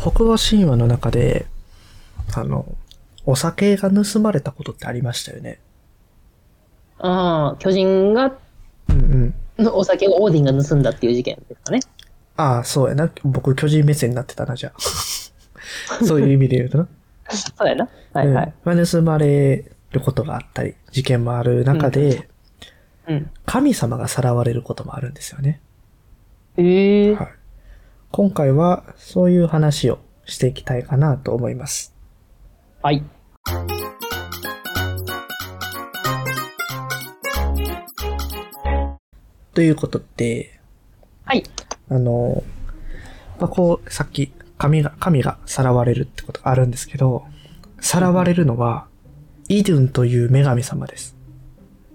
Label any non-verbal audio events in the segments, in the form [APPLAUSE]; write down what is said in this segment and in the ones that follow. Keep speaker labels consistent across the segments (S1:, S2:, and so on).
S1: 北欧神話の中で、あの、お酒が盗まれたことってありましたよね。
S2: ああ、巨人が、
S1: うんうん。
S2: のお酒をオーディンが盗んだっていう事件ですかね。
S1: ああ、そうやな。僕、巨人目線になってたな、じゃあ。そういう意味で言うとな。
S2: そうやな。はいは
S1: うん
S2: い。
S1: まあ、盗まれることがあったり、事件もある中で、
S2: うん。
S1: 神様がさらわれることもあるんですよね。
S2: ええ
S1: はい。今回は、そういう話をしていきたいかなと思います。
S2: はい。
S1: ということで、
S2: はい。
S1: あの、まあ、こう、さっき、神が、神がさらわれるってことがあるんですけど、さらわれるのは、イドゥンという女神様です。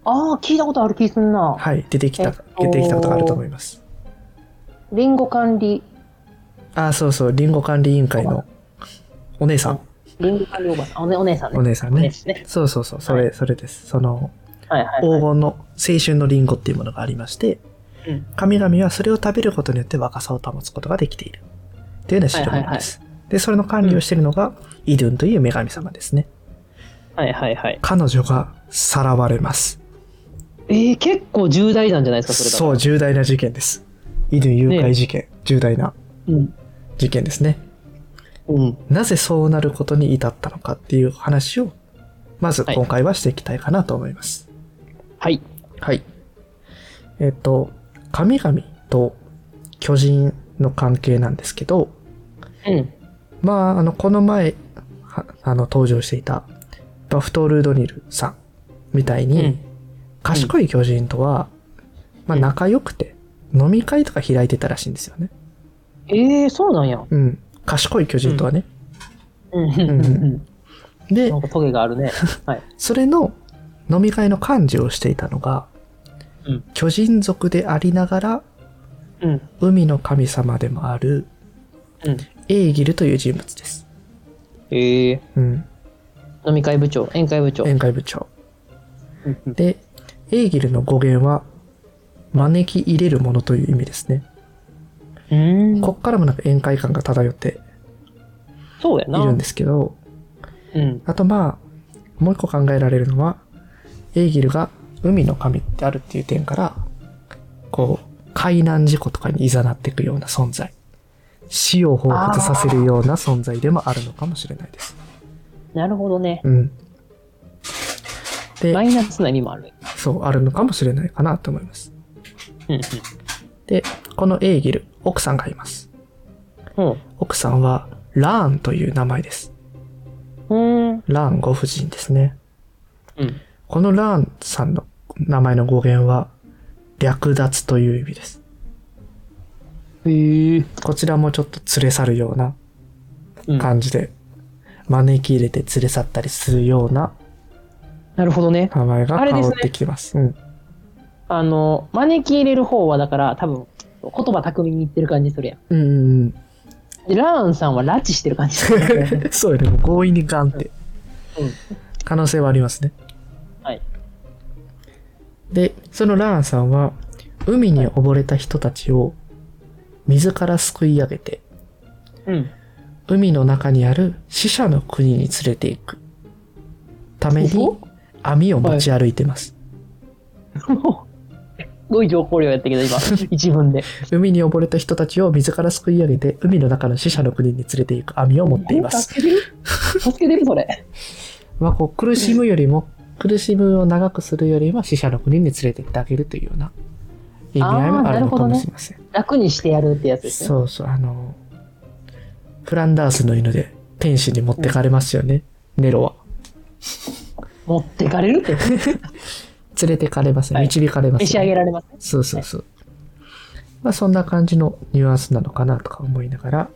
S2: ああ、聞いたことある気すんな。
S1: はい、出てきた、出
S2: えっと
S1: てきたことがあると思います。
S2: リンゴ管理、
S1: ああ、そうそう、リンゴ管理委員会のお姉さん、
S2: リンゴ管理おばさん、お,、ね、お姉さんね。
S1: お姉さん
S2: お
S1: ね
S2: 姉。さんね。
S1: そうそうそう、それ、それです。その、
S2: はいはい、
S1: 黄
S2: はい。
S1: 金の青春のリンゴっていうものがありまして、
S2: うん
S1: 神々はそれを食べることによって若さを保つことができている。っていうような代物です。で、それの管理をしているのが、イドゥンという女神様ですね。
S2: はいはいはい。
S1: 彼女がさらわれます。
S2: ええ結構重大なんじゃないですか、それだ
S1: そう、重大な事件です。イドゥン誘拐事件、重大な
S2: う。うん。
S1: 事件ですね。
S2: うん。
S1: なぜそうなることに至ったのかっていう話を、まず
S2: はい
S1: 今回はしていきたいかなと思います。
S2: はい。
S1: はい。えっと、神々と巨人の関係なんですけど、
S2: うん。
S1: まあ、あの、この前、はあの、登場していた、バフトール・ドニルさんみたいに、
S2: うん
S1: 賢い巨人とは、まあ、
S2: うん
S1: 仲良くて、飲み会とか開いてたらしいんですよね。
S2: ええそうなんや。
S1: うん。賢い巨人とはね。
S2: うん。うん
S1: うん
S2: うん
S1: で
S2: な、んかトゲがあるね。はい。
S1: それの飲み会の幹事をしていたのが、
S2: うん
S1: 巨人族でありながら、
S2: うん。
S1: 海の神様でもある、
S2: うん。
S1: エーギルという人物です。
S2: ええ
S1: うん。
S2: 飲み会部長、宴会部長。
S1: 宴会部長。
S2: うんうん
S1: で、エーギルの語源は、招き入れるものという意味ですね。
S2: うん。
S1: こっからもなんか宴会感が漂って
S2: そうや
S1: い
S2: な。
S1: るんですけど、
S2: うん。
S1: あとまあ、もう一個考えられるのは、エーギルが海の神であるっていう点から、こう、海難事故とかに誘っていくような存在。死を彷彿させるような存在でもあるのかもしれないです。
S2: なるほどね。
S1: うん。で
S2: マ、イナスな意味もあるね。
S1: そう、あるのかもしれないかなと思います。
S2: うん
S1: で、このエーギル、奥さんがいます。
S2: うん。
S1: 奥さんは、ラーンという名前です。
S2: うん。うん。
S1: ラーンご婦人ですね。
S2: うん。
S1: このラーンさんの名前の語源は、略奪という意味です。
S2: へえ。
S1: こちらもちょっと連れ去るような
S2: うん
S1: 感じで、招き入れて連れ去ったりするような
S2: なるほどね。
S1: 名前が
S2: あれ
S1: 変
S2: です
S1: わ
S2: ね
S1: ってきてます。
S2: あの、招き入れる方はだから多分、言葉巧みに言ってる感じするやん。
S1: うん。うん
S2: で、ラーンさんは拉致してる感じす
S1: う
S2: るよね。
S1: ん。 [LAUGHS] そうよね。もう強引にガンって。
S2: うん。
S1: 可能性はありますね。
S2: はい。
S1: で、そのラーンさんは、海に溺れた人たちを、水から救い上げて、
S2: うん。
S1: 海の中にある死者の国に連れていくために
S2: お
S1: 網を持ち歩いてます、
S2: もう、すごい情報量やったけど、今、一文で。
S1: 海に溺れた人たちを水から救い上げて海の中の死者の国に連れていく網を持っています、
S2: 助けてる助けてるそれ。
S1: まあ、こう苦しむよりも苦しむを長くするよりは死者の国に連れてってあげるというような意味合いもあるのかもしれません、
S2: 楽にしてやるってやつですね。
S1: そうそうあのフランダースの犬で天使に持ってかれますよね、ネロは
S2: 持ってかれるって。
S1: 連れてかれます、
S2: はい
S1: 導かれます、
S2: 召し上げられますね。
S1: そうそうそう。まあそんな感じのニュアンスなのかなとか思いながら、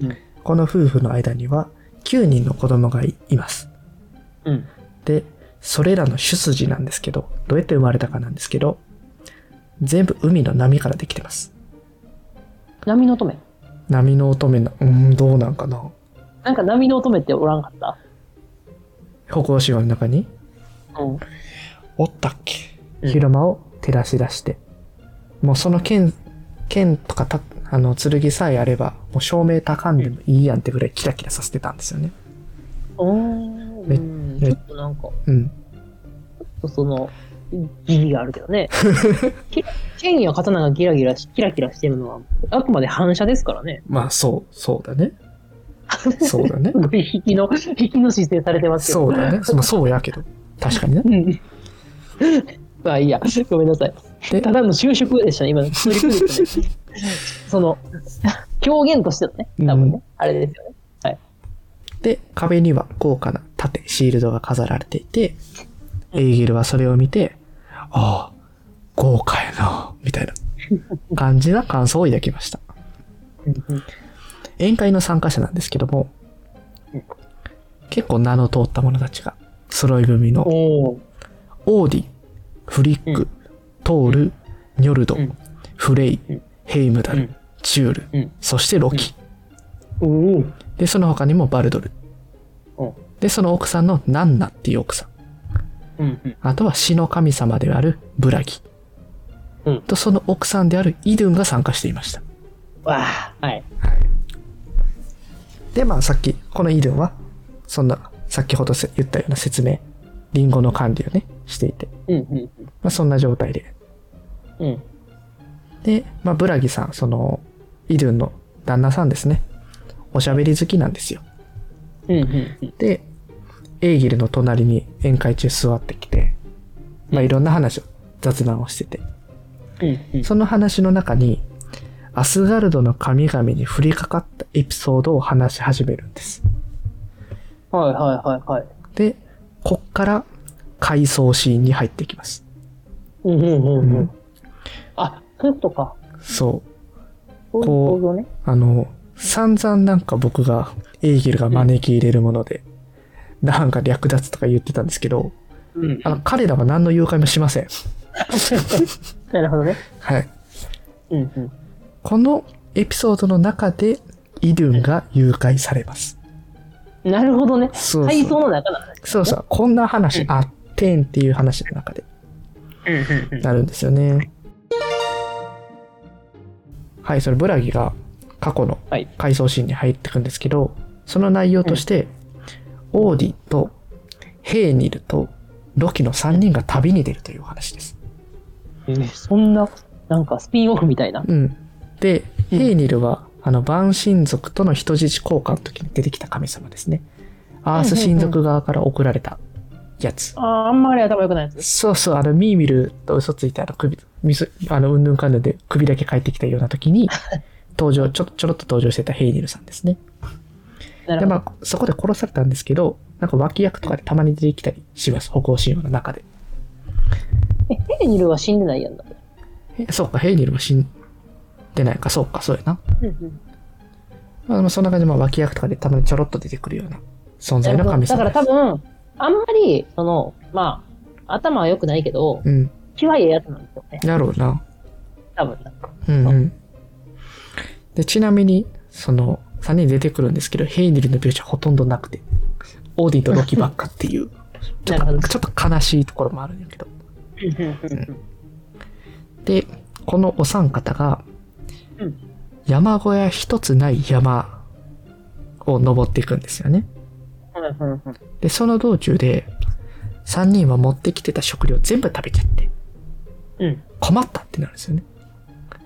S2: うん
S1: この夫婦の間には9人の子供がいいます。
S2: うん。
S1: で、それらの主筋なんですけど、どうやって生まれたかなんですけど、全部海の波からできてます。
S2: 波の乙女。
S1: 波の乙女の、うん、どうなんかな。
S2: なんか波の乙女っておらんかった
S1: 北欧神話の中に、
S2: うん。
S1: おったっけ
S2: うん
S1: 広間を照らし出して、もうその剣、剣とかた、あの、剣さえあれば、もう照明高んでもいいやんってぐらいキラキラさせてたんですよね。
S2: おー
S1: め
S2: うん
S1: め
S2: ちょっとなんか、ちょ
S1: うん。
S2: っとその、意味があるけどね。 [LAUGHS] き剣や刀がギラギラし、キラキラしてるのは、あくまで反射ですからね。
S1: まあ、そう、そうだね。 [LAUGHS] そうだね。
S2: 引きの、引きの姿勢されてますけど。
S1: そうだね。まあ、そうやけど。確 [LAUGHS] かにね。
S2: うん。まあいいや、ごめんな [LAUGHS] さい。
S1: で
S2: ただの就職でしたね、今の。就
S1: [LAUGHS]
S2: 職ですねその、表現としてのね、多分ね、
S1: うん
S2: あれですよね。
S1: で、壁には豪華な盾、シールドが飾られていて、エーゲルはそれを見て、ああ、豪華やな、みたいな感じな感想を抱きました。宴会の参加者なんですけども
S2: うん、
S1: 結構名の通った者たちが、揃い踏みの
S2: おお
S1: オーディン、フリッ
S2: う
S1: ク、トール、ニョルド
S2: うん、
S1: フレイ
S2: うん、
S1: ヘイムダ
S2: う
S1: ル
S2: ん、
S1: チュー
S2: う
S1: ル
S2: ん、
S1: そしてロキ。
S2: ー。おー
S1: で、その他にもバルドル
S2: うん。
S1: で、その奥さんのナンナっていう奥さん。
S2: うんうん。
S1: あとは死の神様であるブラギ。
S2: うん
S1: と、その奥さんであるイドゥンが参加していました。
S2: わあ、はい。
S1: で、まあさっき、このイドゥンは、そんな、先ほどせ言ったような説明、リンゴの管理をね、していて、
S2: うんうん
S1: まあそんな状態で。
S2: うん。うん。
S1: で、まあブラギさん、その、イドゥンの旦那さんですね。おしゃべり好きなんですよ。
S2: うんうん
S1: で、エーギルの隣に宴会中座ってきて、まあいろんな話を、雑談をしてて。
S2: うん。うんうん。
S1: その話の中に、アスガルドの神々に降りかかったエピソードを話し始めるんです。
S2: はいはいはいはい。
S1: で、こっから回想シーンに入っていきます。
S2: うんうんう
S1: うん
S2: んうん。あ、そういうことか。
S1: そ
S2: そういう
S1: こう
S2: 構造ね
S1: う。。あの、散々なんか僕が、エーゲルが招き入れるもので、なんか略奪とか言ってたんですけど、
S2: うん。
S1: あの、彼らは何の誘拐もしません。
S2: なるほどね。
S1: はい。
S2: うんうん。
S1: このエピソードの中で、イドゥンが誘拐されます。
S2: なるほどね。
S1: そう
S2: 体操
S1: そう。
S2: の中だから。
S1: そうそう。こんな話あってんっていう話の中で。
S2: うんうんうん。
S1: なるんですよね。はい、そのブラギが過去の
S2: はい。
S1: 回想シーンに入ってくんですけど、その内容として、オーディとヘーニルとロキの3人が旅に出るというお話です。
S2: えーそんな、なんかスピンオフみたいな。
S1: うん。で、
S2: うん
S1: ヘーニルは、あの、万神族との人質交換の時に出てきた神様ですね。アース神族側から送られたやつ。
S2: ああ、あんまあれ頭良くないやつ。
S1: そうそう、あの、ミーミルと嘘ついて、あの、首、みそあの、うんぬんかんぬんで首だけ返ってきたような時に、登場、ちょ、ちょろっと登場してたヘイニルさんですね。
S2: な
S1: で、
S2: るほど。
S1: まあ、そこで殺されたんですけど、なんか脇役とかでたまに出てきたりします、北欧神話の中で。
S2: え、ヘーニルは死んでないやんだ。
S1: えそうか、ヘイニルも死んでないか、そうか、そうやな。
S2: うんうん
S1: まあ、まあそんな感じで、まあ、脇役とかでたまにちょろっと出てくるような存在の神
S2: だか
S1: 様
S2: ら
S1: です。
S2: 多分、あんまり、その、まあ、頭は良くないけど、
S1: うん、
S2: 気はいいやつなんですよね。
S1: だろうな。
S2: 多分な。
S1: うんうん。で、ちなみに、その、3人出てくるんですけど、ヘイニルの描写ほとんどなくて、オーディとロキばっかっていう、ちょっ
S2: [LAUGHS] なるほ
S1: と
S2: ど
S1: ちょっと悲しいところもあるんやけど。で、このお三方が
S2: うん、
S1: 山小屋一つない山を登っていくんですよね。で、その道中で、3人は持ってきてた食料全部食べちゃって、
S2: うん。
S1: 困ったってなるんですよね。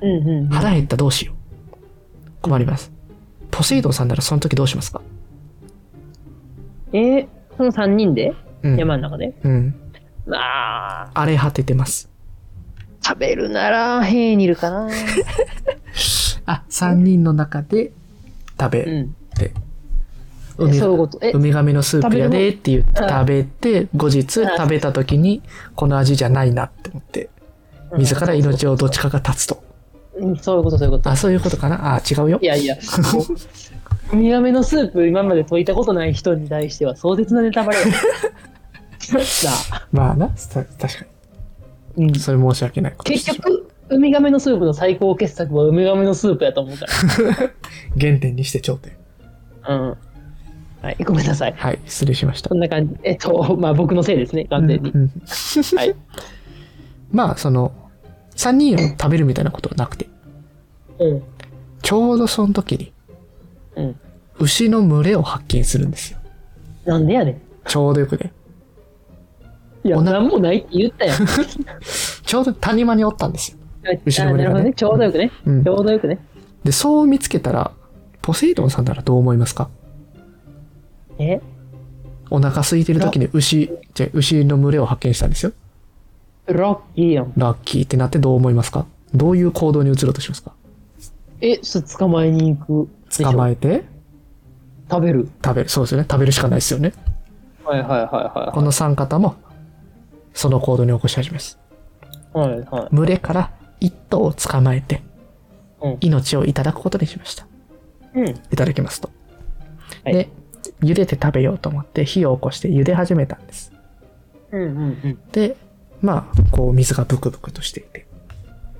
S2: うんうん。
S1: 腹減ったどうしよう。困ります。ポセイドンさんならその時どうしますか
S2: えー、その3人で
S1: うん
S2: 山の中で
S1: うん。
S2: まあ、
S1: 荒れ果ててます。
S2: 食べるならヘーニルかな。
S1: あ、三人の中で食
S2: う
S1: べ
S2: ん。
S1: て。
S2: えそういう
S1: ウ
S2: こと。え、
S1: ミガメのスープやでって言って食
S2: 食
S1: べて、後日
S2: うん
S1: 食べた時に、この味じゃないなって思って、自ら命をどっちかが立つと。
S2: うん、そういうこと、そういうこと。
S1: あ、そういうことかなあ、違うよ
S2: い。やいや、もうウミガメのスープ今まで溶いたことない人に対しては壮絶なネタ
S1: [LAUGHS]
S2: バレよ。なあ
S1: まあな、た確か
S2: うん
S1: に。それ申し訳ないことし
S2: 結
S1: てしまう
S2: 局、ウミガメのスープの最高傑作はウミガメのスープやと思うか
S1: 原点にして頂点。
S2: ら。うん。はい、ごめんなさい。
S1: はい、失礼しました
S2: そ。んな感じ。えっと、まあ僕のせいですね、完全に。
S1: うんうん
S2: [LAUGHS] はい。
S1: まあ、その、三人を食べるみたいなことはなくて、
S2: うん。
S1: ちょうどその時に
S2: うん。
S1: 牛の群れを発見するんですよ。
S2: なんでやね
S1: ちょうどよくね。
S2: ん。いや、
S1: おな
S2: なんもないって言ったやん。
S1: ちょうど谷間におったんですよ。 [LAUGHS] 後ろの
S2: あな
S1: ね
S2: るほどね。ちょうどよくね。
S1: うん
S2: ちょうどよくね。
S1: で、そう見つけたら、ポセイドンさんならどう思いますか
S2: え
S1: お腹空いてる時に牛、じゃ牛の群れを発見したんですよ。
S2: ラッキーやん。
S1: ラッキーってなってどう思いますかどういう行動に移ろうとしますか
S2: え、それ捕まえに行く。
S1: 捕ま
S2: え。
S1: えて
S2: 食べる。
S1: 食べる。そうですよね。食べるしかないですよね。
S2: はいはいは
S1: この三方も、その行動に起こし始めます。
S2: いはい。はいは
S1: 群れから一頭を捕まえて
S2: うん、
S1: 命をいただくことにしました。
S2: い。うん。
S1: いただきますと。
S2: はい
S1: で、茹でて食べようと思って火を起こして茹で始めたんです。
S2: うんうんうん。
S1: で、まあ、こう水がブクブクとしていて、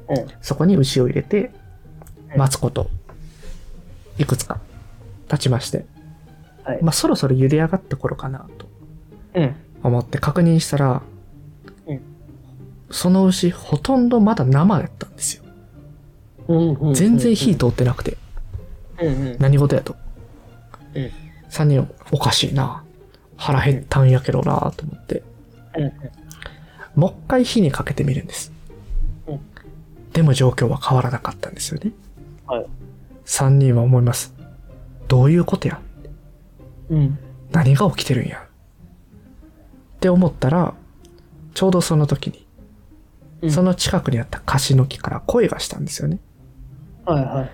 S2: うん。
S1: そこに牛を入れて
S2: うん
S1: 待つこと、いくつか経ちまして、
S2: はい
S1: まあそろそろ茹で上がった頃かなと
S2: うん。
S1: 思って確認したら、
S2: うん
S1: その牛ほとんどまだ生だったんですよ。
S2: うんうんうん
S1: 全然火。通ってなくて、
S2: うんうん。
S1: 何事やと。
S2: うん
S1: 三人おかしいな。腹減ったんやけどなと思って、
S2: うんうん
S1: もう一回火にかけてみるんです。
S2: うん
S1: でも状況は変わらなかったんですよね。
S2: はい
S1: 3人は思います。どういうことや
S2: うん。
S1: 何が起きてるんやって思ったら、ちょうどその時に、
S2: うん
S1: その近くにあったカシの木から声がしたんですよね。
S2: はいはい。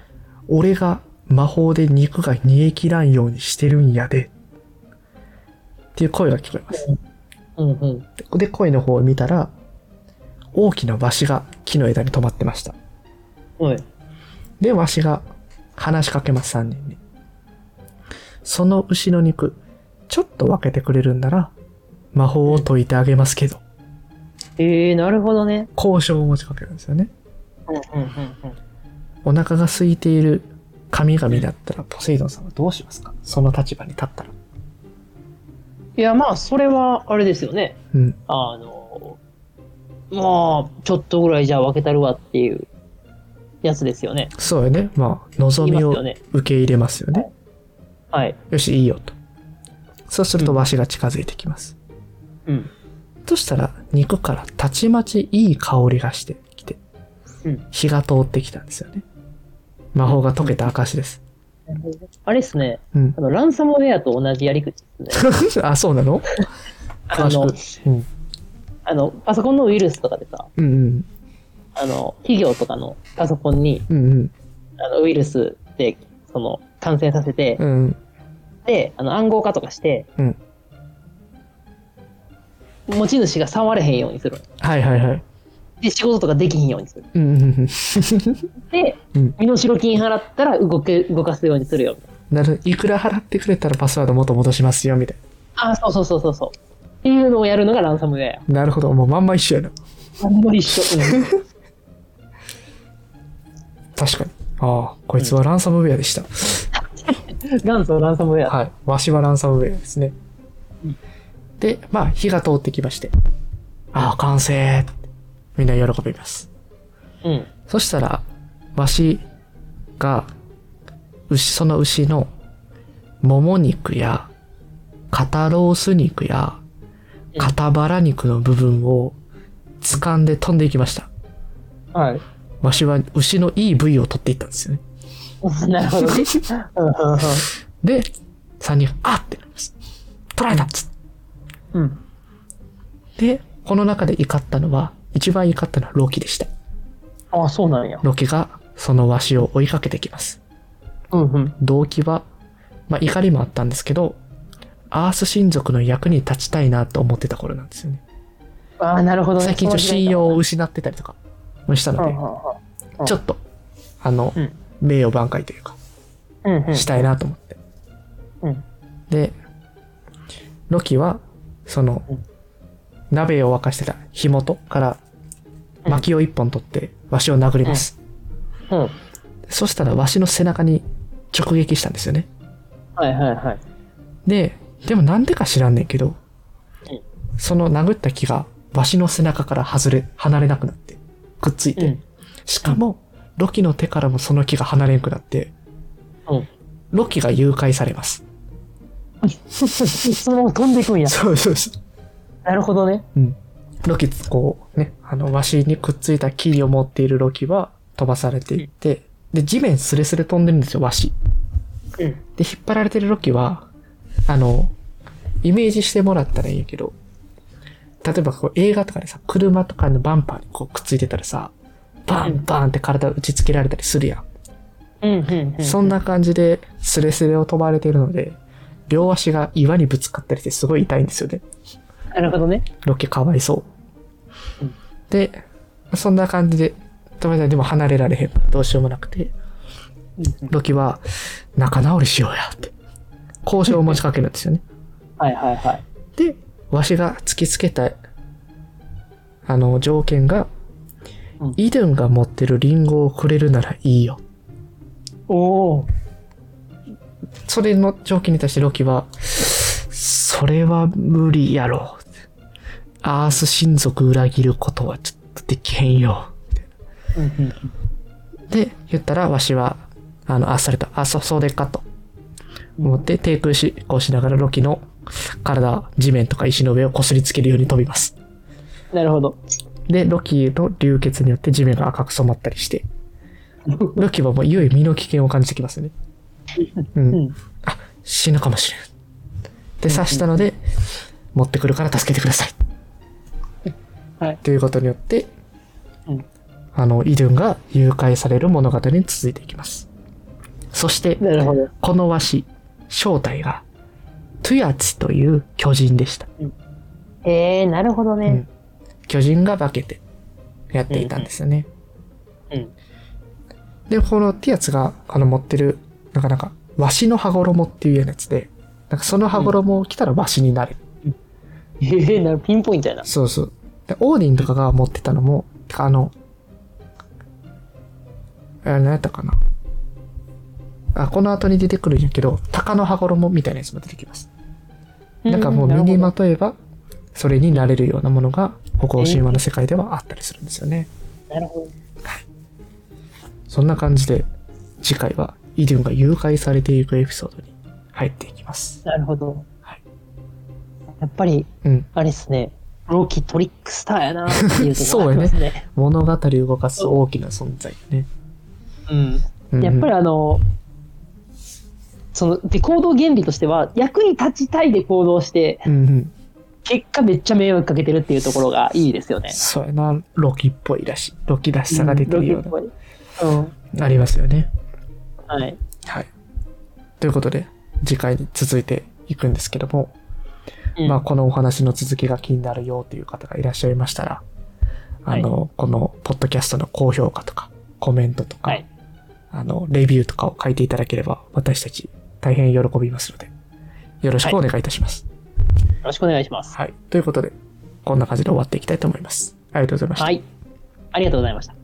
S1: 俺が魔法で肉が煮え切らんようにしてるんやで。っていう声が聞こえます。
S2: うんうん。
S1: で、声の方を見たら、大きなワシが木の枝に止まってました。
S2: おい。
S1: で、わしが話しかけます、三人に。その牛の肉、ちょっと分けてくれるんなら、魔法を解いてあげますけど、
S2: えー、なるほどね。
S1: 交渉を持ちかけるんですよね。
S2: うんうんうん
S1: お腹が空いている神々だったら、ポセイドンさんはどうしますかその立場に立ったら。
S2: いや、まあ、それは、あれですよね。
S1: うん。
S2: あの、まあ、ちょっとぐらいじゃあ分けたるわっていうやつですよね。
S1: そうよね。まあ、望み
S2: 言います
S1: を
S2: よね
S1: 受け入れますよね。よ
S2: はい。
S1: し、いいよと。そうする
S2: う
S1: と、
S2: ん
S1: わしが近づいてきます。
S2: うん。
S1: そしたら、肉からたちまちいい香りがしてきて、
S2: うん
S1: 火が通ってきたんですよね。魔法が解けた証です。
S2: あれですね。
S1: うん
S2: あ。の、ランサムウェアと同じやり口 [LAUGHS] です
S1: [LAUGHS]
S2: ね。
S1: あ、そうなの
S2: あの
S1: 詳しく。うん。
S2: あの、パソコンのウイルスとかでさ、
S1: うんうん。
S2: あの、企業とかのパソコンに、
S1: うんうん。
S2: あの、ウイルスで、その、感染させて、
S1: うん。
S2: で、あの、暗号化とかして、
S1: うん
S2: 持ち主が触れへんようにする。
S1: はいはいはい。
S2: で、仕事とかできひんようにする。
S1: うんうんうん。 [LAUGHS]
S2: で、
S1: うん
S2: 身代金払ったら動け、動かすようにするよ。みたい
S1: なるいくら払ってくれたらパスワード元戻しますよ、みたい
S2: なあ、そうそうそうそうそう。っていうのをやるのがランサムウェアや。
S1: な。なるほど。もうまんま一緒やな。
S2: あんまり一緒。うん
S1: 確かに。ああ、こいつはランサムウェアでした。
S2: 元祖ランサムウェア。
S1: はい。わしはランサムウェアですね
S2: うん。
S1: で、まあ、火が通ってきまして。ああ、完成みんな喜びます。
S2: うん。
S1: そしたら、わしが、牛、その牛の、もも肉や、肩ロース肉や、
S2: うん
S1: 肩バラ肉の部分を、掴んで飛んでいきました。
S2: はい。
S1: わしは牛のいい部位を取っていったん
S2: [LAUGHS]
S1: ですよね。
S2: なるほどね。うんうん
S1: で、三人が、あってなります。取られたっつっ
S2: うんうん。
S1: てで、この中で怒ったのは、一番怒ったのはロキでした。
S2: あ、そうなんや。
S1: ロキが、そのわしを追いかけてきます。
S2: うんうん。
S1: 動機は、まあ、怒りもあったんですけど、アース親族の役に立ちたいなと思ってた頃なんですよね。
S2: あーなるほどね。
S1: 最近ちょっと
S2: その時
S1: 信
S2: 代だ
S1: 用を失ってたりとかもしたの
S2: う
S1: で
S2: ん、
S1: ちょっと、あの、
S2: うん
S1: 名誉挽回というか、
S2: うんうん。うん
S1: したいなと思って。
S2: うん
S1: で、ロキは、その
S2: うん、
S1: 鍋を沸かしてた火元から薪を一本取って、わしを殴ります。
S2: うん。はい
S1: そしたらわしの背中に直撃したんですよね。
S2: はいはい。
S1: で、でもなんでか知らんねんけど
S2: うん、
S1: その殴った木がわしの背中から外れ、離れなくなって、くっついうて、
S2: ん。
S1: しかもロキの手からもその木が離れんくなって、
S2: うん
S1: ロキが誘拐されます。
S2: そのまま飛んでいくんや。
S1: そうそうそう。
S2: なるほどね。
S1: ロキ、こう、ね、あの、わしにくっついた木を持っているロキは飛ばされていって、で、地面スレスレ飛んでるんですよ、わし。
S2: うん。
S1: で、引っ張られてるロキは、あの、イメージしてもらったらいいけど、例えばこう映画とかでさ、車とかのバンパーにこうくっついてたらさ、バンバンって体打ちつけられたりするやん。
S2: うん、うん、うん。
S1: そん。な感じでスレスレを飛ばれてるので、両足が岩にぶつかったりしてすごい痛いんですよね。
S2: なるほどね。。
S1: ロケかわいそううんで、そんな感じで、止めたでも離れられへん。どうしようもなくて、
S2: うんうん
S1: ロキは仲直りしようやって、交渉を持ちかけるんですよね。
S2: はいはいはい。
S1: で、わしが突きつけた、あの、条件が
S2: うん、
S1: イデュンが持ってるリンゴをくれるならいいよ。
S2: おお。
S1: それの条件に対してロキは、それは無理やろ。アース親族裏切ることはちょっとできへんよ。
S2: うん、うん。
S1: で、言ったら、わしは、あの、あっさりと、あ、そ、そうでっかと。思って、低空し、こうしながらロキの体、地面とか石の上を擦りつけるように飛びます。
S2: なるほど。
S1: で、ロキの流血によって地面が赤く染まったり
S2: [LAUGHS]
S1: して、ロキはもういよいよ身の危険を感じてきますよね。う。
S2: うんん。
S1: あ、死ぬかもしれん。で、刺したので、持ってくるから助けてください。
S2: はい
S1: ということによって、
S2: うん
S1: あの、イドゥンが誘拐される物語に続いていきます。そして、
S2: なるほど。
S1: この和紙、正体が、トゥヤチという巨人でした。
S2: へえ、なるほどね。
S1: 巨人が化けてやっていたんですよね。
S2: うんうん
S1: で、このティアツがあの持ってる、なかなか、わしの羽衣っていうやつで、なんかその羽衣を着たらわしになれる。
S2: へえ、なるピンポイントやな。
S1: そうそう。でオーディンとかが持ってたのも、てかあの、あれ何やったかな。あ、この後に出てくるんやけど、鷹の羽衣みたいなやつも出てきます。なんかもう身にまとえば、それになれるようなものが、歩行神話の世界ではあったりするんですよね。
S2: なるほど。
S1: そんな感じで、次回はイデュンが誘拐されていくエピソードに入っていきます。
S2: なるほど。
S1: はい
S2: やっぱり、
S1: うん。
S2: あれですね。ロキトリックスターやなっていうところがあり [LAUGHS] ますね。
S1: 物語を動かす大きな存在ね。う
S2: うんん。やっぱりあの、その、で、行動原理としては、役に立ちたいで行動して、
S1: うんうん。
S2: 結果めっちゃ迷惑かけてるっていうところがいいですよね。
S1: そうやな、ロキっぽいらしい。ロキらしさが出てるよ
S2: ロ
S1: う
S2: キっぽいうん。
S1: な、ありますよね。
S2: はい。
S1: はい。ということで、次回に続いていくんですけども、
S2: うん
S1: まあ、このお話の続きが気になるよという方がいらっしゃいましたら、あの、このポッドキャストの高評価とか、コメントとか、
S2: はい
S1: あの、レビューとかを書いていただければ、私たち大変喜びますので、よろしくお願いいたします。
S2: よろしくお願いします。
S1: はい。ということで、こんな感じで終わっていきたいと思います。ありがとうございました。
S2: はい。ありがとうございました。